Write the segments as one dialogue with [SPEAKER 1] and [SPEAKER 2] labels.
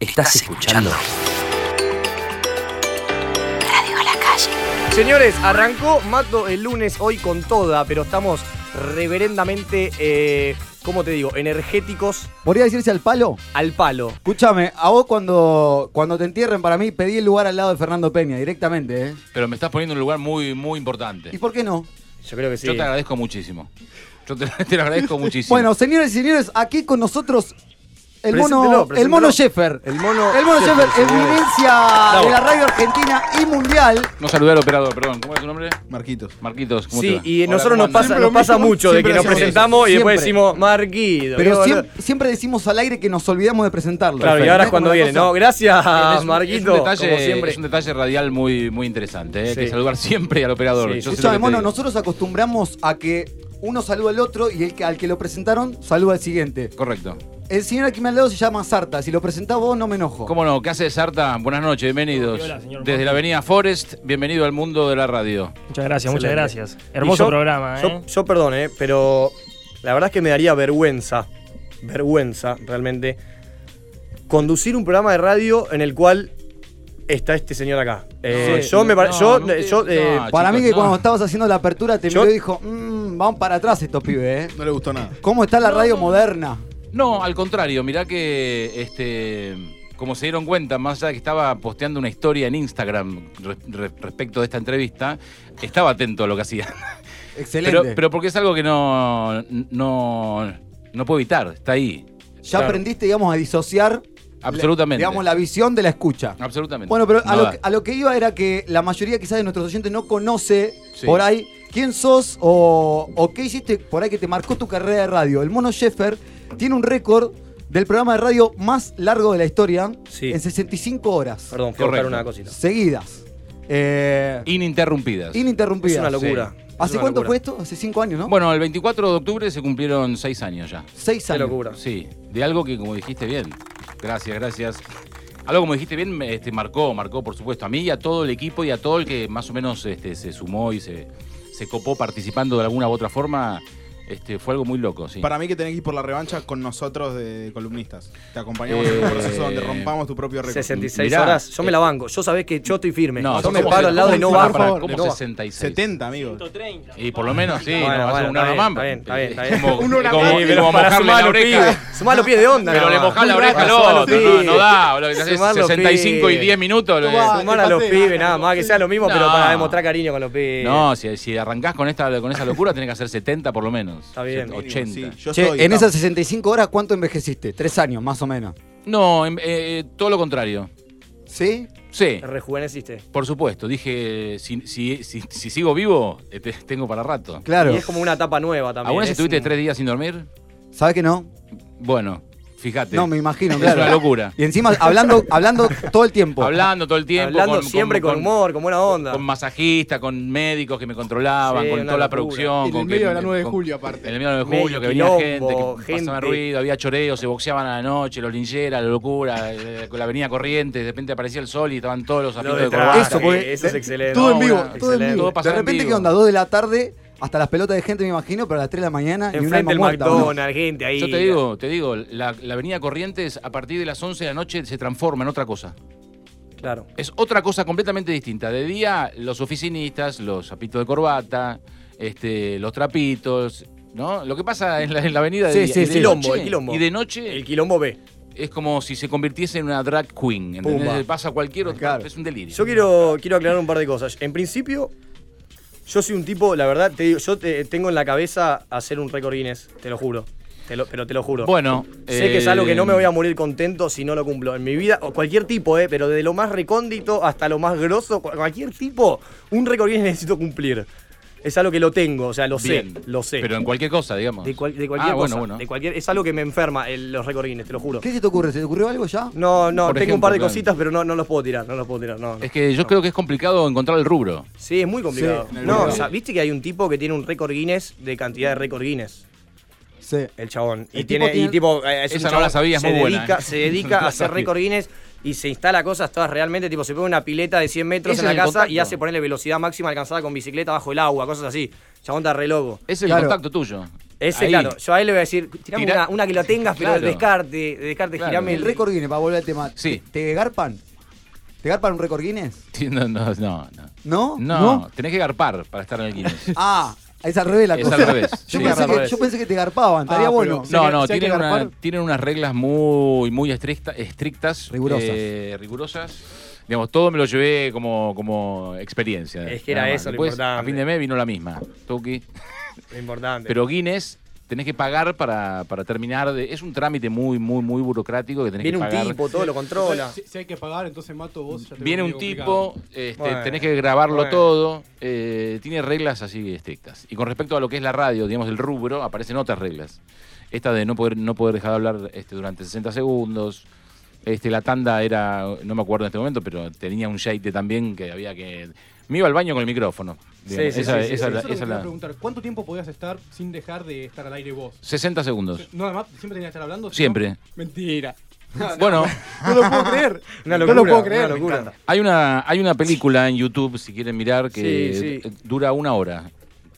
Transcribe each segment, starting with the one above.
[SPEAKER 1] Estás escuchando.
[SPEAKER 2] Radio a la calle.
[SPEAKER 3] Señores, arrancó Mato el lunes hoy con toda, pero estamos reverendamente, eh, ¿cómo te digo? Energéticos
[SPEAKER 4] Podría decirse al palo.
[SPEAKER 3] al palo.
[SPEAKER 4] Escúchame, a vos cuando, cuando te entierren para mí, pedí el lugar al lado de Fernando Peña directamente, ¿eh?
[SPEAKER 5] Pero me estás poniendo en un lugar muy, muy importante.
[SPEAKER 4] ¿Y por qué no?
[SPEAKER 3] Yo creo que sí.
[SPEAKER 5] Yo te agradezco muchísimo. Yo te, te lo agradezco muchísimo.
[SPEAKER 4] Bueno, señores y señores, aquí con nosotros el mono,
[SPEAKER 3] Preséntelo,
[SPEAKER 4] el mono
[SPEAKER 3] preséntelo.
[SPEAKER 4] Sheffer.
[SPEAKER 3] El mono
[SPEAKER 4] El mono Sheffer,
[SPEAKER 3] Sheffer, señores.
[SPEAKER 4] eminencia de la radio argentina y mundial.
[SPEAKER 5] no saludé al operador, perdón. ¿Cómo es tu nombre?
[SPEAKER 6] Marquitos.
[SPEAKER 5] Marquitos. ¿cómo te
[SPEAKER 3] Sí,
[SPEAKER 5] va?
[SPEAKER 3] y
[SPEAKER 5] Hola,
[SPEAKER 3] nosotros
[SPEAKER 5] ¿cómo
[SPEAKER 3] nos pasa,
[SPEAKER 5] andan?
[SPEAKER 3] nos
[SPEAKER 6] lo
[SPEAKER 3] pasa
[SPEAKER 6] mismo,
[SPEAKER 3] mucho de que
[SPEAKER 6] siempre
[SPEAKER 3] nos
[SPEAKER 6] hacemos eso,
[SPEAKER 3] presentamos y después
[SPEAKER 4] siempre.
[SPEAKER 3] decimos Marquito.
[SPEAKER 4] Pero
[SPEAKER 3] Qué
[SPEAKER 4] siem-
[SPEAKER 3] boludo.
[SPEAKER 4] siempre, decimos al aire que nos olvidamos de presentarlo.
[SPEAKER 3] Claro, y ahora es cuando
[SPEAKER 4] ¿Cómo la
[SPEAKER 3] viene,
[SPEAKER 4] cosa?
[SPEAKER 3] ¿no? Gracias,
[SPEAKER 5] Es un- es un
[SPEAKER 3] Marquito.
[SPEAKER 5] detalle-
[SPEAKER 3] como siempre.
[SPEAKER 5] Es un detalle radial muy, muy interesante. ¿eh? Hay
[SPEAKER 3] Sí.
[SPEAKER 5] que saludar siempre al operador.
[SPEAKER 3] Sí, sí.
[SPEAKER 5] Yo sé lo que
[SPEAKER 4] Escuchame,
[SPEAKER 5] te
[SPEAKER 4] mono,
[SPEAKER 5] digo.
[SPEAKER 4] nosotros acostumbramos a que uno saluda al otro y el que, al que lo presentaron saluda al siguiente.
[SPEAKER 5] Correcto.
[SPEAKER 4] El señor aquí al lado se llama Sarta. Si lo presentás vos, no me enojo.
[SPEAKER 5] ¿Cómo no? ¿Qué haces, Sarta? Buenas noches, bienvenidos.
[SPEAKER 7] Hola, señor
[SPEAKER 5] Desde la avenida Forest, bienvenido al mundo de la radio.
[SPEAKER 7] Muchas gracias, muchas
[SPEAKER 3] Excelente.
[SPEAKER 7] gracias. Hermoso
[SPEAKER 3] Y yo-
[SPEAKER 7] programa, ¿eh?
[SPEAKER 3] Yo, yo perdón, eh, pero la verdad es que me daría vergüenza, vergüenza realmente, conducir un programa de radio en el cual está este señor acá. Eh,
[SPEAKER 5] Sí.
[SPEAKER 3] yo me pare-
[SPEAKER 5] No,
[SPEAKER 3] yo,
[SPEAKER 5] no te-
[SPEAKER 3] yo, eh,
[SPEAKER 5] no,
[SPEAKER 4] Para
[SPEAKER 5] Ah, chicos,
[SPEAKER 4] mí que
[SPEAKER 5] no.
[SPEAKER 4] cuando estabas haciendo la apertura te
[SPEAKER 3] Yo-
[SPEAKER 4] miró y dijo, "Mm, vamos para atrás estos pibes, ¿eh?
[SPEAKER 6] No le gustó nada.
[SPEAKER 4] ¿Cómo está la radio moderna?
[SPEAKER 5] No, al contrario, mirá que este, como se dieron cuenta, más allá de que estaba posteando una historia en Instagram re- re- respecto de esta entrevista, estaba atento a lo que hacía.
[SPEAKER 4] Excelente.
[SPEAKER 5] Pero, pero porque es algo que no, no, no puedo evitar, está ahí.
[SPEAKER 4] ya
[SPEAKER 3] claro.
[SPEAKER 4] aprendiste, digamos, a disociar,
[SPEAKER 5] Absolutamente.
[SPEAKER 4] digamos, la visión de la escucha.
[SPEAKER 5] Absolutamente.
[SPEAKER 4] Bueno, pero a
[SPEAKER 5] No
[SPEAKER 4] lo,
[SPEAKER 5] da.
[SPEAKER 4] que, a lo que iba era que la mayoría quizás de nuestros oyentes no conoce
[SPEAKER 5] Sí.
[SPEAKER 4] por ahí quién sos o, o qué hiciste por ahí que te marcó tu carrera de radio. El Mono Sheffer tiene un récord del programa de radio más largo de la historia
[SPEAKER 3] Sí.
[SPEAKER 4] en 65 horas
[SPEAKER 3] perdón, fui a buscar
[SPEAKER 5] Correcto.
[SPEAKER 3] una cosita.
[SPEAKER 4] seguidas. Eh,
[SPEAKER 5] Ininterrumpidas.
[SPEAKER 4] ininterrumpidas.
[SPEAKER 3] Es una locura. es
[SPEAKER 4] ¿Hace
[SPEAKER 3] una
[SPEAKER 4] cuánto
[SPEAKER 3] locura.
[SPEAKER 4] fue esto? Hace cinco años, ¿no?
[SPEAKER 5] Bueno, el 24 de octubre se cumplieron seis años ya.
[SPEAKER 4] Seis
[SPEAKER 3] Qué
[SPEAKER 4] años.
[SPEAKER 3] locura.
[SPEAKER 5] Sí, de algo que como dijiste bien. Gracias, gracias. Algo como dijiste bien, me, este, marcó, marcó por supuesto a mí y a todo el equipo y a todo el que más o menos este, se sumó y se, se copó participando de alguna u otra forma. Este, fue algo muy loco, sí.
[SPEAKER 6] Para mí que tenés que ir por la revancha con nosotros de columnistas. Te acompañamos
[SPEAKER 5] Eh,
[SPEAKER 6] en un proceso donde rompamos tu propio récord.
[SPEAKER 3] 66
[SPEAKER 5] Mirá,
[SPEAKER 3] horas, yo me
[SPEAKER 5] eh,
[SPEAKER 3] la banco. Yo sabés que yo estoy firme. yo me
[SPEAKER 5] ¿cómo
[SPEAKER 3] paro
[SPEAKER 5] se-
[SPEAKER 3] al lado y
[SPEAKER 5] cómo
[SPEAKER 3] no
[SPEAKER 5] se-
[SPEAKER 3] bajo.
[SPEAKER 5] pará,
[SPEAKER 3] Por
[SPEAKER 5] ¿Cómo
[SPEAKER 3] favor, no bajo.
[SPEAKER 5] 66?
[SPEAKER 6] 70, amigo.
[SPEAKER 7] 130.
[SPEAKER 5] Y por lo menos, sí,
[SPEAKER 3] Bueno,
[SPEAKER 5] no, va a ser
[SPEAKER 3] bueno,
[SPEAKER 5] una
[SPEAKER 3] está bien,
[SPEAKER 5] rampa.
[SPEAKER 3] está bien, está bien, está
[SPEAKER 5] Es
[SPEAKER 3] bien.
[SPEAKER 5] como-
[SPEAKER 6] Una
[SPEAKER 5] es como-
[SPEAKER 6] rampa,
[SPEAKER 5] es
[SPEAKER 3] pero
[SPEAKER 5] como
[SPEAKER 3] para
[SPEAKER 5] mojarle la
[SPEAKER 3] sumarlo,
[SPEAKER 5] oreja.
[SPEAKER 3] pibe. Sumá los pies de onda.
[SPEAKER 5] Pero
[SPEAKER 3] nada
[SPEAKER 5] le
[SPEAKER 3] más.
[SPEAKER 5] mojás la oreja al
[SPEAKER 3] Sumá los
[SPEAKER 5] otro, no,
[SPEAKER 3] pibes.
[SPEAKER 5] no da, lo que haces
[SPEAKER 3] Sumá los
[SPEAKER 5] 65 y
[SPEAKER 3] pibes.
[SPEAKER 5] 10 minutos. eh. lo que-
[SPEAKER 6] Tomá.
[SPEAKER 3] Sumar a
[SPEAKER 6] te
[SPEAKER 3] los
[SPEAKER 6] pasé,
[SPEAKER 3] pibes,
[SPEAKER 6] Nacho,
[SPEAKER 3] nada más, que sea lo mismo,
[SPEAKER 5] No.
[SPEAKER 3] pero para demostrar cariño con los pibes.
[SPEAKER 5] No, si, si arrancás con esta con esa locura tenés que hacer 70 por lo menos.
[SPEAKER 3] Está bien.
[SPEAKER 5] 80.
[SPEAKER 6] Sí, yo
[SPEAKER 4] Che,
[SPEAKER 6] estoy,
[SPEAKER 4] en
[SPEAKER 6] no.
[SPEAKER 4] esas 65 horas, ¿cuánto envejeciste? Tres años, más o menos.
[SPEAKER 5] No, em- eh, eh, todo lo contrario.
[SPEAKER 4] ¿Sí?
[SPEAKER 5] Sí,
[SPEAKER 3] Te rejuveneciste.
[SPEAKER 5] por supuesto. Dije, si, si- si- si sigo vivo, eh, te- tengo para rato.
[SPEAKER 4] Claro.
[SPEAKER 3] Y es como una etapa nueva también.
[SPEAKER 5] ¿Alguna vez
[SPEAKER 3] es
[SPEAKER 5] estuviste
[SPEAKER 3] un-
[SPEAKER 5] tres días sin dormir?
[SPEAKER 4] ¿Sabes que no?
[SPEAKER 5] Bueno, fíjate.
[SPEAKER 4] No, me imagino,
[SPEAKER 5] Es
[SPEAKER 4] claro.
[SPEAKER 5] una locura.
[SPEAKER 4] Y encima hablando, hablando todo el tiempo.
[SPEAKER 5] Hablando todo el tiempo.
[SPEAKER 3] Hablando siempre con, humor, con buena onda.
[SPEAKER 5] Con masajistas, con médicos que me controlaban,
[SPEAKER 3] Sí,
[SPEAKER 5] con
[SPEAKER 3] una
[SPEAKER 5] toda la
[SPEAKER 3] locura.
[SPEAKER 5] producción.
[SPEAKER 6] En
[SPEAKER 5] con
[SPEAKER 6] el
[SPEAKER 5] que-
[SPEAKER 6] medio de la 9 de
[SPEAKER 5] con-
[SPEAKER 6] julio, aparte.
[SPEAKER 5] En el medio de la 9 de
[SPEAKER 3] Medio
[SPEAKER 5] julio, que venía
[SPEAKER 3] quilombo,
[SPEAKER 5] gente, que pasaba
[SPEAKER 3] gente.
[SPEAKER 5] ruido, había choreos, se boxeaban a la noche, los lincheras, la locura, eh, con la avenida corriente, de repente aparecía el sol y estaban todos los
[SPEAKER 3] Lo
[SPEAKER 5] amigos
[SPEAKER 3] de
[SPEAKER 5] de corbata.
[SPEAKER 3] traje,
[SPEAKER 4] Eso, porque-
[SPEAKER 3] eso es excelente.
[SPEAKER 6] todo en
[SPEAKER 3] No,
[SPEAKER 6] vivo,
[SPEAKER 3] una-
[SPEAKER 6] todo en
[SPEAKER 3] excelente.
[SPEAKER 6] vivo.
[SPEAKER 4] de
[SPEAKER 5] pasaba en
[SPEAKER 4] repente,
[SPEAKER 5] vivo.
[SPEAKER 4] ¿qué onda? Dos de la tarde, hasta las pelotas de gente, me imagino, pero a las 3 de la mañana y una alma
[SPEAKER 3] Enfrente del
[SPEAKER 4] muerta. ¿o no?
[SPEAKER 3] McDonald's, gente ahí.
[SPEAKER 5] Yo te digo, te digo, la, la avenida Corrientes a partir de las 11 de la noche se transforma en otra cosa.
[SPEAKER 3] Claro.
[SPEAKER 5] Es otra cosa completamente distinta. De día, los oficinistas, los zapitos de corbata, este, los trapitos, ¿no? Lo que pasa en la, en la avenida de
[SPEAKER 4] Sí,
[SPEAKER 5] día.
[SPEAKER 4] sí,
[SPEAKER 5] y
[SPEAKER 4] sí.
[SPEAKER 5] de
[SPEAKER 3] Quilombo,
[SPEAKER 5] noche-
[SPEAKER 3] el quilombo.
[SPEAKER 5] Y de noche
[SPEAKER 3] El quilombo B.
[SPEAKER 5] es como si se convirtiese en una drag queen. ¿entendés?
[SPEAKER 4] Pumba.
[SPEAKER 5] Pasa cualquier otra.
[SPEAKER 4] Claro.
[SPEAKER 5] Es un delirio.
[SPEAKER 3] Yo quiero, quiero aclarar un par de cosas. En principio, yo soy un tipo, la verdad, te digo, yo te- tengo en la cabeza hacer un récord Guinness, te lo juro. Te lo- pero te lo juro.
[SPEAKER 5] Bueno.
[SPEAKER 3] Sé que es algo que no me
[SPEAKER 5] eh,
[SPEAKER 3] voy a morir contento si no lo cumplo. En mi vida, o cualquier tipo, eh, pero de lo más recóndito hasta lo más grosso, cu- cualquier tipo, un récord Guinness necesito cumplir. Es algo que lo tengo, o sea, lo
[SPEAKER 5] bien.
[SPEAKER 3] sé, lo sé.
[SPEAKER 5] Pero en cualquier cosa, digamos.
[SPEAKER 3] de, cual- de cualquier
[SPEAKER 5] Ah,
[SPEAKER 3] cosa.
[SPEAKER 5] bueno, bueno.
[SPEAKER 3] de cualquier, es algo que me enferma el- los récord Guinness, te lo juro.
[SPEAKER 4] ¿Qué se te ocurre? ¿Se te ocurrió algo ya?
[SPEAKER 3] No, no,
[SPEAKER 5] Por
[SPEAKER 3] tengo un par de
[SPEAKER 5] ejemplo,
[SPEAKER 3] cositas, pero no, no los puedo tirar, no los puedo tirar, no. no.
[SPEAKER 5] Es que yo creo que es complicado encontrar el rubro.
[SPEAKER 3] Sí, es muy complicado.
[SPEAKER 6] Sí, en el
[SPEAKER 3] no,
[SPEAKER 6] video.
[SPEAKER 3] o sea, viste que hay un tipo que tiene un récord Guinness de cantidad de récord Guinness,
[SPEAKER 4] Sí.
[SPEAKER 3] el chabón. Y
[SPEAKER 4] El tipo
[SPEAKER 3] tiene, y
[SPEAKER 4] tiene-
[SPEAKER 3] tipo, eh, es un
[SPEAKER 5] Esa no
[SPEAKER 3] chabón-
[SPEAKER 5] la sabía, es
[SPEAKER 3] se
[SPEAKER 5] muy buena,
[SPEAKER 3] dedica,
[SPEAKER 5] eh.
[SPEAKER 3] Se dedica a hacer
[SPEAKER 5] No la
[SPEAKER 3] récord Guinness y se instala cosas todas realmente, tipo, se pone una pileta de 100 metros
[SPEAKER 5] Ese
[SPEAKER 3] en la
[SPEAKER 5] es el
[SPEAKER 3] casa y
[SPEAKER 5] contacto.
[SPEAKER 3] hace ponerle velocidad máxima alcanzada con bicicleta bajo el agua, cosas así. Chabón está re loco.
[SPEAKER 5] Es el
[SPEAKER 4] Claro.
[SPEAKER 5] contacto tuyo.
[SPEAKER 1] Ese,
[SPEAKER 5] Ahí.
[SPEAKER 1] claro. Yo ahí le voy a decir, tirame
[SPEAKER 5] Tirá-
[SPEAKER 1] una, una que lo tengas, pero
[SPEAKER 5] Claro.
[SPEAKER 1] de descarte, de descarte,
[SPEAKER 5] Claro.
[SPEAKER 1] girame
[SPEAKER 4] El récord Guinness, para volver al tema.
[SPEAKER 5] Sí.
[SPEAKER 4] ¿Te garpan? ¿Te garpan un récord Guinness?
[SPEAKER 5] Sí, No, no, no. No,
[SPEAKER 4] ¿No?
[SPEAKER 5] No, tenés que garpar para estar en el Guinness.
[SPEAKER 4] Ah, es al revés la
[SPEAKER 5] Es
[SPEAKER 4] cosa.
[SPEAKER 5] al revés.
[SPEAKER 4] Yo,
[SPEAKER 5] Sí,
[SPEAKER 4] pensé
[SPEAKER 5] es al
[SPEAKER 4] que,
[SPEAKER 5] revés.
[SPEAKER 4] yo pensé que te garpaban, estaría
[SPEAKER 6] Ah,
[SPEAKER 4] bueno.
[SPEAKER 6] pero-
[SPEAKER 5] No,
[SPEAKER 6] que-
[SPEAKER 5] no,
[SPEAKER 6] si hay que
[SPEAKER 5] tienen, una-
[SPEAKER 6] garpar.
[SPEAKER 5] tienen unas reglas muy, muy estricta- estrictas.
[SPEAKER 4] Rigurosas.
[SPEAKER 5] eh, rigurosas. Digamos, todo me lo llevé como, como experiencia.
[SPEAKER 3] Es que era
[SPEAKER 5] nada más.
[SPEAKER 3] eso lo
[SPEAKER 5] Después, A
[SPEAKER 3] importante.
[SPEAKER 5] fin de mes vino la misma. Tuki.
[SPEAKER 3] Lo importante.
[SPEAKER 5] Pero Guinness tenés que pagar para, para terminar. de- es un trámite muy, muy, muy burocrático que tenés
[SPEAKER 3] Viene
[SPEAKER 5] que
[SPEAKER 3] un
[SPEAKER 5] pagar.
[SPEAKER 3] tipo, todo lo controla.
[SPEAKER 7] Si, si hay que pagar, entonces mato vos. ya te veo
[SPEAKER 5] Viene un
[SPEAKER 7] medio complicado.
[SPEAKER 5] tipo, este,
[SPEAKER 3] Bueno,
[SPEAKER 5] tenés que grabarlo
[SPEAKER 3] bueno.
[SPEAKER 5] todo, eh, tiene reglas así estrictas. Y con respecto a lo que es la radio, digamos, el rubro, aparecen otras reglas. Esta de no poder, no poder dejar de hablar este, durante 60 segundos. Este, la tanda era, no me acuerdo en este momento, pero tenía un shade también que había que... Me iba al baño con el micrófono. digamos.
[SPEAKER 3] sí,
[SPEAKER 5] Esa-
[SPEAKER 3] sí, sí,
[SPEAKER 5] esa
[SPEAKER 7] Eso
[SPEAKER 5] la-
[SPEAKER 7] es lo que
[SPEAKER 5] esa
[SPEAKER 7] te iba a
[SPEAKER 5] la-
[SPEAKER 7] preguntar. ¿Cuánto tiempo podías estar sin dejar de estar al aire vos?
[SPEAKER 5] 60 segundos.
[SPEAKER 7] No, además, siempre tenías que estar hablando. ¿sí?
[SPEAKER 5] Siempre.
[SPEAKER 7] Mentira.
[SPEAKER 5] Bueno,
[SPEAKER 7] No lo puedo creer.
[SPEAKER 3] Una
[SPEAKER 7] no lo puedo creer.
[SPEAKER 3] una locura.
[SPEAKER 5] hay una, hay una película en YouTube, si quieren mirar, que
[SPEAKER 3] Sí, sí.
[SPEAKER 5] dura una hora.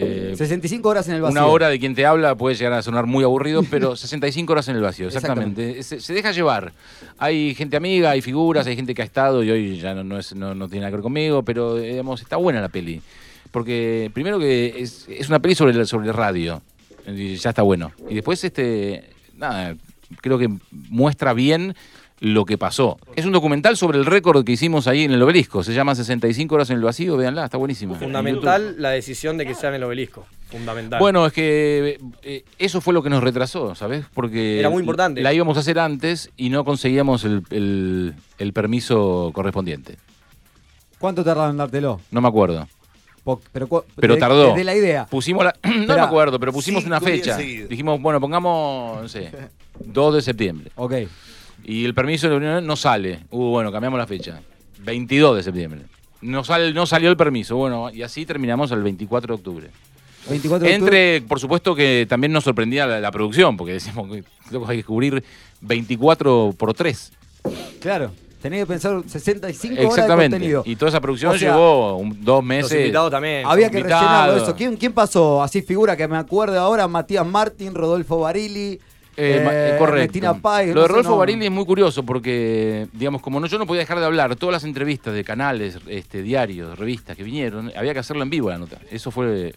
[SPEAKER 5] Eh,
[SPEAKER 4] 65 horas en el vacío.
[SPEAKER 5] Una hora de quien te habla puede llegar a sonar muy aburrido, pero 65 horas en el vacío, exactamente. Se, se deja llevar. Hay gente amiga, hay figuras, hay gente que ha estado y hoy ya no, no es, no, no tiene nada que ver conmigo, pero eh, digamos, está buena la peli. Porque primero que es, es una peli sobre, la- sobre radio, y ya está bueno. Y después, este nada, creo que muestra bien lo que pasó. Es un documental sobre el récord que hicimos ahí en el obelisco. Se llama 65 horas en el vacío, véanla, está buenísima.
[SPEAKER 3] Fundamental la decisión de que sea en el obelisco. Fundamental.
[SPEAKER 5] Bueno, es que eh, eso fue lo que nos retrasó, ¿sabes? Porque
[SPEAKER 3] Era muy importante.
[SPEAKER 5] la íbamos a hacer antes y no conseguíamos el, el- el permiso correspondiente.
[SPEAKER 4] ¿Cuánto tardaron en dártelo?
[SPEAKER 5] No me acuerdo.
[SPEAKER 4] Po- Pero, cu-
[SPEAKER 5] Pero
[SPEAKER 4] de-
[SPEAKER 5] tardó.
[SPEAKER 4] Desde la
[SPEAKER 3] Ah.
[SPEAKER 4] idea.
[SPEAKER 5] Pusimos la- no me
[SPEAKER 4] Esperá,
[SPEAKER 5] acuerdo, pero pusimos
[SPEAKER 8] cinco
[SPEAKER 5] una
[SPEAKER 8] días
[SPEAKER 5] fecha.
[SPEAKER 8] seguidos.
[SPEAKER 5] Dijimos, bueno, pongamos, no sé, 2 de septiembre.
[SPEAKER 4] Ok.
[SPEAKER 5] Y el permiso de la Unión no sale. Uh, bueno, cambiamos la fecha. 22 de septiembre. No, sal- no salió el permiso. Bueno, y así terminamos el 24 de octubre.
[SPEAKER 4] 24 de octubre.
[SPEAKER 5] Entre, por supuesto que también nos sorprendía la, la producción, porque decíamos que loco, hay que cubrir 24 por 3.
[SPEAKER 4] Claro. Tenés que pensar 65 horas de
[SPEAKER 5] Exactamente.
[SPEAKER 4] contenido.
[SPEAKER 5] Y toda esa producción
[SPEAKER 4] O sea,
[SPEAKER 5] llevó un- dos
[SPEAKER 3] los
[SPEAKER 5] meses.
[SPEAKER 3] invitados también.
[SPEAKER 4] Había que
[SPEAKER 5] invitado.
[SPEAKER 4] rellenarlo eso. ¿Quién, ¿Quién pasó? Así figura que me acuerdo ahora, Matías Martín, Rodolfo Barili,
[SPEAKER 5] Eh, ma- eh, correcto.
[SPEAKER 4] Cristina Páez.
[SPEAKER 5] Lo
[SPEAKER 4] no
[SPEAKER 5] de
[SPEAKER 4] sé,
[SPEAKER 5] Rolfo
[SPEAKER 4] no.
[SPEAKER 5] Barili es muy curioso porque, digamos, como no, yo no podía dejar de hablar, todas las entrevistas de canales, este, diarios, revistas que vinieron, había que hacerlo en vivo la nota. Eso fue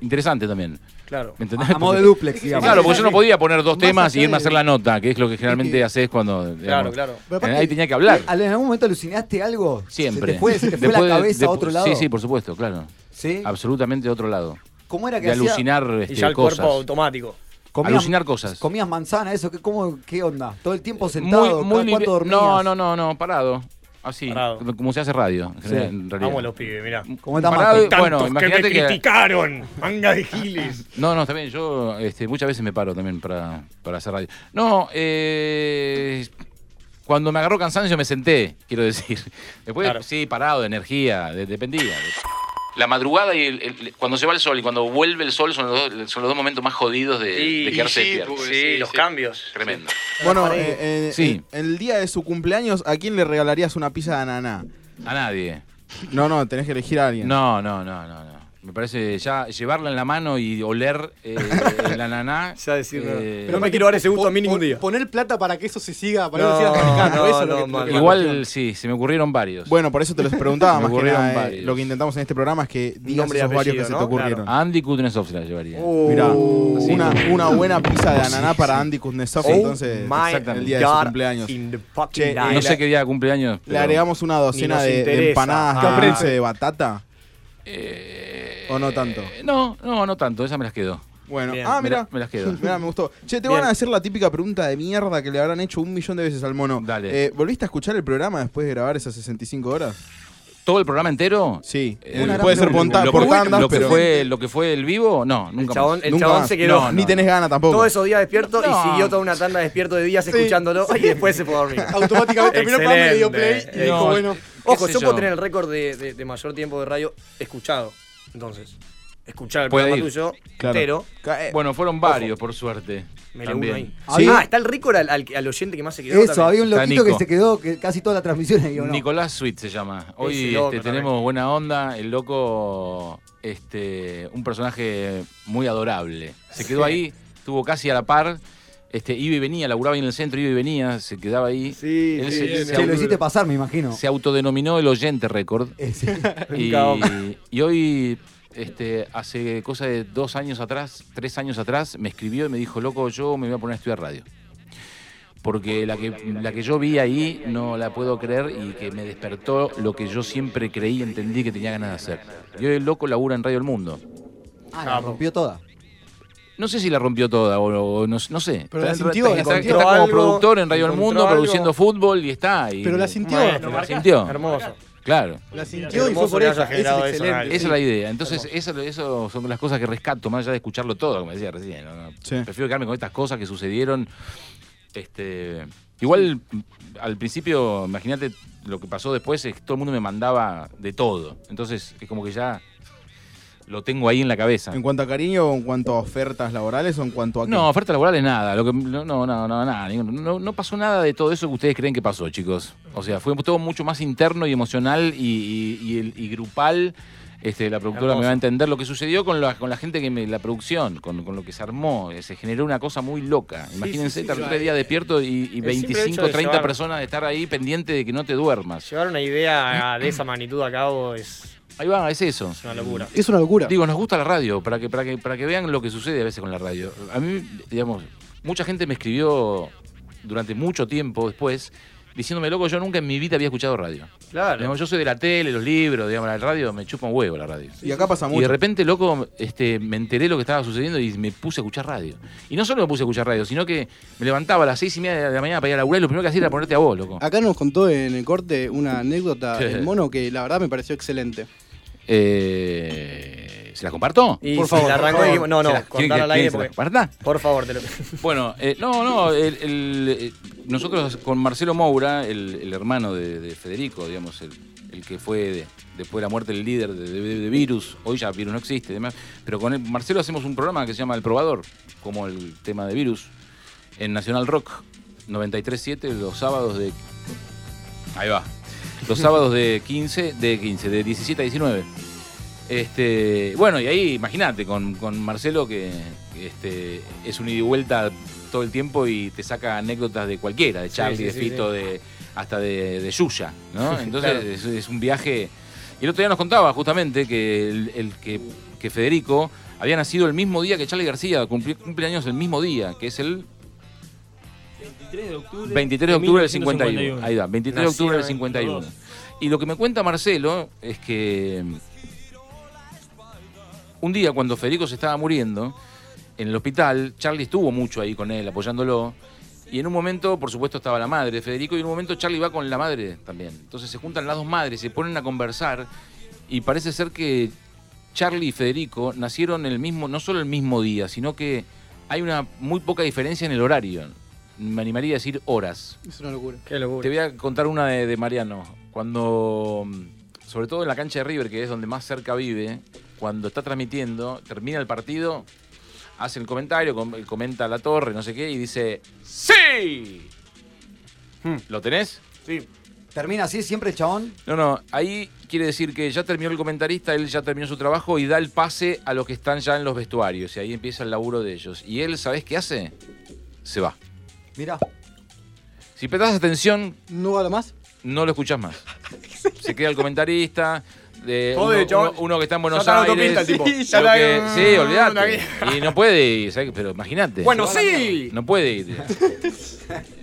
[SPEAKER 5] interesante también.
[SPEAKER 3] Claro.
[SPEAKER 5] ¿Me entendés?
[SPEAKER 4] A, a modo de
[SPEAKER 5] Porque-
[SPEAKER 4] duplex, digamos.
[SPEAKER 5] Claro, porque yo no podía poner dos
[SPEAKER 7] Más
[SPEAKER 5] temas
[SPEAKER 7] allá
[SPEAKER 5] y irme a
[SPEAKER 7] de-
[SPEAKER 5] hacer la nota, que es lo que generalmente haces cuando.
[SPEAKER 3] Claro,
[SPEAKER 5] digamos, eh,
[SPEAKER 3] claro.
[SPEAKER 4] Pero aparte,
[SPEAKER 5] Ahí tenía que hablar.
[SPEAKER 4] ¿En algún momento alucinaste algo? ¿Se
[SPEAKER 5] Siempre.
[SPEAKER 4] te fue, se te fue
[SPEAKER 5] Después
[SPEAKER 4] la
[SPEAKER 5] de-
[SPEAKER 4] cabeza a
[SPEAKER 5] depu-
[SPEAKER 4] otro lado?
[SPEAKER 5] Sí, sí, por supuesto, claro.
[SPEAKER 4] ¿Sí?
[SPEAKER 5] Absolutamente de otro lado.
[SPEAKER 4] ¿Cómo era que
[SPEAKER 5] De
[SPEAKER 4] hacía?
[SPEAKER 5] alucinar
[SPEAKER 3] Y
[SPEAKER 5] este,
[SPEAKER 3] ya el
[SPEAKER 5] cosas.
[SPEAKER 3] cuerpo automático.
[SPEAKER 5] alucinar cosas.
[SPEAKER 4] ¿Comías manzana, eso? ¿Qué, cómo, qué onda? ¿Todo el tiempo
[SPEAKER 5] Muy-
[SPEAKER 4] sentado?
[SPEAKER 5] muy
[SPEAKER 4] ¿Cada
[SPEAKER 5] libre-
[SPEAKER 4] cuánto dormías?
[SPEAKER 5] No, no, no, no, parado. Así,
[SPEAKER 3] Parado.
[SPEAKER 5] como se hace radio. en
[SPEAKER 4] Sí.
[SPEAKER 5] general, en realidad.
[SPEAKER 3] Vamos los pibes, mirá.
[SPEAKER 4] ¿Cómo está
[SPEAKER 5] Parado
[SPEAKER 4] Marco?
[SPEAKER 5] y-
[SPEAKER 3] Tantos
[SPEAKER 5] bueno,
[SPEAKER 3] que me
[SPEAKER 5] imagínate que.
[SPEAKER 3] criticaron. Manga de giles.
[SPEAKER 5] No, no, también yo este, muchas veces me paro también para, para hacer radio. No, eh, cuando me agarró cansancio me senté, quiero decir. Después,
[SPEAKER 3] Claro.
[SPEAKER 5] sí, parado, de energía, de- dependía. La madrugada y el- el- cuando se va el sol y cuando vuelve el sol son los dos, son los dos momentos más jodidos
[SPEAKER 3] Sí,
[SPEAKER 5] de,
[SPEAKER 3] pues,
[SPEAKER 5] de quedarse
[SPEAKER 8] y sí,
[SPEAKER 5] despierto.
[SPEAKER 8] porque-
[SPEAKER 3] Sí, los cambios.
[SPEAKER 5] Tremendo.
[SPEAKER 6] Bueno, eh, eh,
[SPEAKER 5] Sí.
[SPEAKER 6] eh, el día de su cumpleaños, ¿a quién le regalarías una pizza de ananá?
[SPEAKER 5] A nadie.
[SPEAKER 6] No, no, tenés que elegir a alguien.
[SPEAKER 5] No, no, no, no, no. Me parece ya llevarla en la mano y oler eh, el ananá.
[SPEAKER 3] Ya decir, no.
[SPEAKER 5] eh,
[SPEAKER 3] Pero no me quiero dar ese gusto a mí
[SPEAKER 7] Pon-
[SPEAKER 3] ningún
[SPEAKER 7] pon-
[SPEAKER 3] día.
[SPEAKER 7] Poner plata para que eso se siga, para
[SPEAKER 3] No,
[SPEAKER 7] que lo sigas fabricando.
[SPEAKER 3] no,
[SPEAKER 7] eso es lo
[SPEAKER 3] no,
[SPEAKER 7] que- lo que,
[SPEAKER 3] mal.
[SPEAKER 5] Igual sí, se me ocurrieron varios.
[SPEAKER 6] Bueno, por eso te los preguntaba
[SPEAKER 5] Me
[SPEAKER 6] más que
[SPEAKER 5] ocurrieron
[SPEAKER 6] nada. eh,
[SPEAKER 5] varios.
[SPEAKER 6] lo que intentamos en este programa es que digas
[SPEAKER 3] Nombre y
[SPEAKER 6] esos varios que
[SPEAKER 3] apellido,
[SPEAKER 6] se te
[SPEAKER 3] ¿no?
[SPEAKER 6] ocurrieron.
[SPEAKER 5] A Andy Kuznetsov se la llevaría.
[SPEAKER 3] Uh,
[SPEAKER 6] Mirá,
[SPEAKER 5] Ah, Sí.
[SPEAKER 6] una, una buena pizza de ananá para Andy
[SPEAKER 5] Oh
[SPEAKER 6] Kuznetsov, entonces,
[SPEAKER 5] exactamente.
[SPEAKER 6] el día de su cumpleaños.
[SPEAKER 3] Oh in the fucking
[SPEAKER 6] Che,
[SPEAKER 3] night.
[SPEAKER 5] no
[SPEAKER 6] la-
[SPEAKER 5] sé qué día de cumpleaños.
[SPEAKER 6] Le
[SPEAKER 5] pero,
[SPEAKER 6] agregamos una docena
[SPEAKER 3] nos
[SPEAKER 6] de, de
[SPEAKER 3] interesa.
[SPEAKER 6] empanadas
[SPEAKER 3] Ah.
[SPEAKER 6] con dulce de batata.
[SPEAKER 5] eh,
[SPEAKER 6] ¿O no tanto?
[SPEAKER 5] No, no, no tanto. Esas me las quedo.
[SPEAKER 6] Bueno,
[SPEAKER 3] Bien,
[SPEAKER 6] ah,
[SPEAKER 5] me
[SPEAKER 6] mira.
[SPEAKER 5] la- me las quedo.
[SPEAKER 6] Mira, me gustó. Che, te
[SPEAKER 3] Bien.
[SPEAKER 6] van a hacer la típica pregunta de mierda que le habrán hecho un millón de veces al mono.
[SPEAKER 5] Dale.
[SPEAKER 6] Eh, ¿Volviste a escuchar el programa después de grabar esas 65 horas?
[SPEAKER 5] ¿Todo el programa entero?
[SPEAKER 6] Sí.
[SPEAKER 5] Eh,
[SPEAKER 4] Una
[SPEAKER 6] puede
[SPEAKER 4] gran
[SPEAKER 6] ser
[SPEAKER 4] pregunta.
[SPEAKER 6] ponta-
[SPEAKER 5] Lo
[SPEAKER 6] por
[SPEAKER 5] que,
[SPEAKER 6] tandas,
[SPEAKER 5] lo que
[SPEAKER 6] pero
[SPEAKER 5] fue, lo que fue el vivo, no,
[SPEAKER 3] El
[SPEAKER 5] nunca
[SPEAKER 3] chabón,
[SPEAKER 5] más.
[SPEAKER 3] el
[SPEAKER 6] Nunca
[SPEAKER 3] chabón
[SPEAKER 6] más.
[SPEAKER 3] se quedó.
[SPEAKER 5] No, no.
[SPEAKER 6] ni tenés ganas tampoco.
[SPEAKER 3] Todos esos días despierto
[SPEAKER 5] No.
[SPEAKER 3] y siguió toda una tanda despierto de días escuchándolo y después se fue a dormir.
[SPEAKER 7] Automáticamente terminó el programa, le dio play y
[SPEAKER 3] Excelente.
[SPEAKER 7] dijo,
[SPEAKER 5] No.
[SPEAKER 7] bueno.
[SPEAKER 3] Ojo,
[SPEAKER 5] sé
[SPEAKER 3] yo,
[SPEAKER 5] yo?
[SPEAKER 3] puedo tener el récord de, de- de mayor tiempo de radio escuchado. Entonces, escuchar el
[SPEAKER 5] Puede
[SPEAKER 3] programa
[SPEAKER 5] ir.
[SPEAKER 3] tuyo
[SPEAKER 6] Claro.
[SPEAKER 3] entero,
[SPEAKER 6] Ca- eh,
[SPEAKER 5] Bueno, fueron varios, por suerte.
[SPEAKER 3] me le uno
[SPEAKER 5] también.
[SPEAKER 3] ahí.
[SPEAKER 4] Sí.
[SPEAKER 3] Ah, está el récord al, al- al oyente que más se quedó.
[SPEAKER 4] Eso,
[SPEAKER 3] también.
[SPEAKER 4] había un
[SPEAKER 5] Está
[SPEAKER 4] loquito que
[SPEAKER 5] Nico.
[SPEAKER 4] se quedó que casi toda la transmisión ahí, ¿o no?
[SPEAKER 5] Nicolás Sweet se llama. Hoy
[SPEAKER 3] Ese loco
[SPEAKER 5] este,
[SPEAKER 3] también.
[SPEAKER 5] tenemos buena onda. El loco este, un personaje muy adorable. Se quedó ahí, estuvo casi a la par. Este, iba y venía, laburaba ahí en el centro, iba y venía, se quedaba ahí.
[SPEAKER 3] Sí,
[SPEAKER 5] Él
[SPEAKER 3] sí,
[SPEAKER 5] se-
[SPEAKER 3] bien,
[SPEAKER 5] se
[SPEAKER 4] Se lo
[SPEAKER 5] auto-
[SPEAKER 4] hiciste pasar, me imagino.
[SPEAKER 5] se autodenominó el oyente récord.
[SPEAKER 4] Eh, sí.
[SPEAKER 5] Y,
[SPEAKER 3] Nunca vamos.
[SPEAKER 5] y hoy, este, hace cosa de dos años atrás, tres años atrás, me escribió y me dijo, loco, yo me voy a poner a estudiar radio. Porque la que, la que yo vi ahí no la puedo creer y que me despertó lo que yo siempre creí y entendí que tenía ganas de hacer. Y hoy el loco labura en Radio El Mundo.
[SPEAKER 4] Ah, la rompió toda.
[SPEAKER 5] No sé si la rompió toda o, o no, no sé.
[SPEAKER 6] Pero la
[SPEAKER 5] Está-
[SPEAKER 6] sintió,
[SPEAKER 5] está-
[SPEAKER 6] la
[SPEAKER 5] está-
[SPEAKER 6] sintió.
[SPEAKER 5] está como
[SPEAKER 3] Algo,
[SPEAKER 5] productor en Radio El
[SPEAKER 3] encontró
[SPEAKER 5] Mundo,
[SPEAKER 3] algo.
[SPEAKER 5] produciendo fútbol y está. y-
[SPEAKER 7] Pero la sintió.
[SPEAKER 3] Maestro,
[SPEAKER 5] La sintió.
[SPEAKER 3] Hermoso.
[SPEAKER 5] Claro.
[SPEAKER 7] La sintió y
[SPEAKER 3] Hermoso
[SPEAKER 7] fue por
[SPEAKER 3] que
[SPEAKER 7] ella.
[SPEAKER 3] haya generado
[SPEAKER 7] Esa es
[SPEAKER 3] eso.
[SPEAKER 7] excelente.
[SPEAKER 5] Esa es la idea. Entonces, eso, eso son las cosas que rescato, más allá de escucharlo todo, como decía recién. ¿no? No,
[SPEAKER 6] Sí.
[SPEAKER 5] Prefiero quedarme con estas cosas que sucedieron. Este, igual, al principio, imagínate lo que pasó después, es que todo el mundo me mandaba de todo. Entonces, es como que ya lo tengo ahí en la cabeza.
[SPEAKER 6] ¿En cuanto a cariño o en cuanto a ofertas laborales o en cuanto a qué?
[SPEAKER 5] No, oferta laboral es nada. Lo que, no, no, no, no, nada. Ninguno- No, no pasó nada de todo eso que ustedes creen que pasó, chicos. O sea, fue todo mucho más interno y emocional y, y- y el- y grupal. Este, la productora
[SPEAKER 3] Hermoso.
[SPEAKER 5] me va a entender lo que sucedió con la, con la gente que me. la producción, con, con lo que se armó. Eh, Se generó una cosa muy loca. Imagínense estar tres días despierto y, y
[SPEAKER 3] El simple
[SPEAKER 5] 25,
[SPEAKER 3] hecho de
[SPEAKER 5] 30
[SPEAKER 3] llevar-
[SPEAKER 5] personas de estar ahí pendiente de que no te duermas.
[SPEAKER 3] Llevar una idea de esa magnitud a cabo es
[SPEAKER 5] Ahí va, es eso.
[SPEAKER 3] una locura.
[SPEAKER 7] Es una locura.
[SPEAKER 5] Digo, nos gusta la radio, para que, para que, para que vean lo que sucede a veces con la radio. A mí, digamos, mucha gente me escribió durante mucho tiempo después diciéndome, loco, yo nunca en mi vida había escuchado radio.
[SPEAKER 3] Claro.
[SPEAKER 5] Digamos, yo soy de la tele, los libros, digamos, la radio, me chupa un huevo la radio.
[SPEAKER 6] Y acá pasa
[SPEAKER 5] Y de
[SPEAKER 6] mucho.
[SPEAKER 5] repente, loco, este, me enteré lo que estaba sucediendo y me puse a escuchar radio. Y no solo me puse a escuchar radio, sino que me levantaba a las seis y media de la mañana para ir a laburar y lo primero que hacía era ponerte a vos, loco.
[SPEAKER 3] Ah.
[SPEAKER 8] Acá nos contó en el corte una anécdota
[SPEAKER 5] Sí.
[SPEAKER 8] del mono que la verdad me pareció excelente.
[SPEAKER 5] Eh, ¿Se la comparto?
[SPEAKER 3] Y
[SPEAKER 8] Por
[SPEAKER 3] si
[SPEAKER 8] favor,
[SPEAKER 3] la
[SPEAKER 8] por
[SPEAKER 3] arrancó
[SPEAKER 8] favor.
[SPEAKER 3] dijimos, no,
[SPEAKER 5] ¿Se
[SPEAKER 3] no,
[SPEAKER 5] la- quieren
[SPEAKER 3] cortar
[SPEAKER 5] que-
[SPEAKER 3] al aire
[SPEAKER 5] quieren que se la
[SPEAKER 3] porque-
[SPEAKER 5] comparta?
[SPEAKER 3] Por favor, te lo
[SPEAKER 5] Bueno, eh, no, no, el- el, eh, nosotros con Marcelo Moura, el, el hermano de, de Federico, digamos, el, el que fue de- después de la muerte el líder de, de- de Virus, hoy ya Virus no existe, y demás, pero con el- Marcelo hacemos un programa que se llama El Probador, como el tema de Virus, en Nacional Rock 93.7, los sábados de... Ahí va. Los sábados de 15, de 15, de 17 a 19. Este, bueno, y ahí imagínate, con, con Marcelo que este, es un ida y vuelta todo el tiempo y te saca anécdotas de cualquiera, de Charlie,
[SPEAKER 3] sí,
[SPEAKER 5] de
[SPEAKER 3] sí,
[SPEAKER 5] Fito, de, hasta de, de Yuya, ¿no? Entonces
[SPEAKER 3] Claro.
[SPEAKER 5] es, es un viaje. Y el otro día nos contaba justamente que, el, el que, que Federico había nacido el mismo día que Charlie García, cumple, cumpleaños el mismo día, que es el
[SPEAKER 9] 23 de octubre,
[SPEAKER 5] 23 de octubre del 51. Ahí va, 23 de octubre del
[SPEAKER 3] Nacido en
[SPEAKER 5] 51. Y lo que me cuenta Marcelo es que mm, un día cuando Federico se estaba muriendo, en el hospital, Charlie estuvo mucho ahí con él, apoyándolo. Y en un momento, por supuesto, estaba la madre de Federico y en un momento Charlie va con la madre también. Entonces se juntan las dos madres, se ponen a conversar y parece ser que Charlie y Federico nacieron el mismo, no solo el mismo día, sino que hay una muy poca diferencia en el horario. Me animaría a decir horas.
[SPEAKER 8] Es una locura.
[SPEAKER 3] Qué
[SPEAKER 5] Te
[SPEAKER 3] locura.
[SPEAKER 5] voy a contar una de, de Mariano. Cuando, mm, sobre todo en la cancha de River, que es donde más cerca vive, cuando está transmitiendo, termina el partido, hace el comentario, com- comenta la torre, no sé qué, y dice, ¡Sí! ¿Lo tenés?
[SPEAKER 4] Termina así siempre el chabón.
[SPEAKER 5] No, no, ahí quiere decir que ya terminó el comentarista, él ya terminó su trabajo y da el pase a los que están ya en los vestuarios, y ahí empieza el laburo de ellos. Y él, ¿sabés qué hace? Se va.
[SPEAKER 4] Mirá.
[SPEAKER 5] Si prestas atención,
[SPEAKER 8] ¿No habla más?
[SPEAKER 5] no lo escuchás más. Se queda el comentarista. de
[SPEAKER 3] Joder,
[SPEAKER 5] uno,
[SPEAKER 3] chabón.
[SPEAKER 5] uno- uno que está en
[SPEAKER 3] Ya
[SPEAKER 5] Buenos
[SPEAKER 3] está en la
[SPEAKER 5] Aires.
[SPEAKER 3] autopista el tipo.
[SPEAKER 5] Sí,
[SPEAKER 3] Ya
[SPEAKER 5] lo
[SPEAKER 3] está
[SPEAKER 5] que-
[SPEAKER 3] en-
[SPEAKER 5] sí,
[SPEAKER 3] una
[SPEAKER 5] olvidate.
[SPEAKER 3] guía.
[SPEAKER 5] Y no puede ir, ¿sabes? pero imagínate.
[SPEAKER 3] Bueno, sí.
[SPEAKER 5] No puede ir.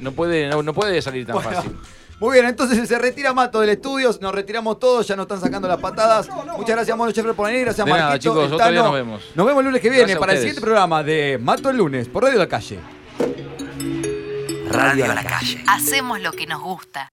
[SPEAKER 5] No puede, no, no puede salir tan fácil.
[SPEAKER 4] Muy bien, entonces se retira Mato del estudio, nos retiramos todos, ya nos están sacando las patadas. Muchas gracias, Mono Sheffer, por venir, gracias,
[SPEAKER 5] De nada,
[SPEAKER 4] Marquito.
[SPEAKER 5] chicos,
[SPEAKER 4] el
[SPEAKER 5] otro día
[SPEAKER 4] Tano.
[SPEAKER 5] nos vemos.
[SPEAKER 4] Nos vemos el lunes que viene
[SPEAKER 5] Gracias a
[SPEAKER 4] para el
[SPEAKER 5] ustedes.
[SPEAKER 4] siguiente programa de Mato el lunes por Radio La Calle.
[SPEAKER 2] Radio a la calle.
[SPEAKER 10] Hacemos lo que nos gusta.